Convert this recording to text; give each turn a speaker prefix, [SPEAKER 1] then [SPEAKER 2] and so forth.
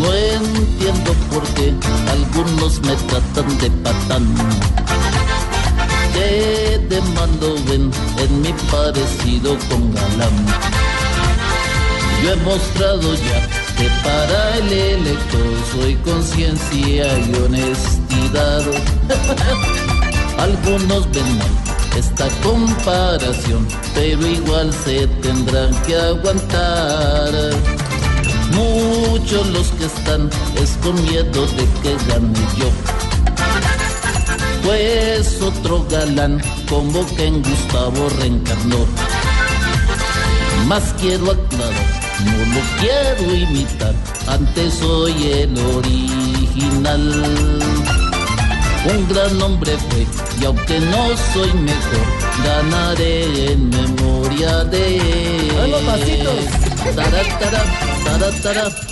[SPEAKER 1] No entiendo por qué algunos me tratan de patán. Que demando ven en mi parecido con galán. Yo he mostrado ya que para el elector soy conciencia y honestidad. Algunos ven mal esta comparación, pero igual se tendrán que aguantar. Muchos los que están es con miedo de que gane yo. Pues otro galán como que en Gustavo reencarnó. Más quiero aclarar, no lo quiero imitar, antes soy el original. Un gran hombre fue, y aunque no soy mejor, ganaré en memoria de él.
[SPEAKER 2] ¡Ay, los pasitos!
[SPEAKER 1] Tará, tará, tará, tará,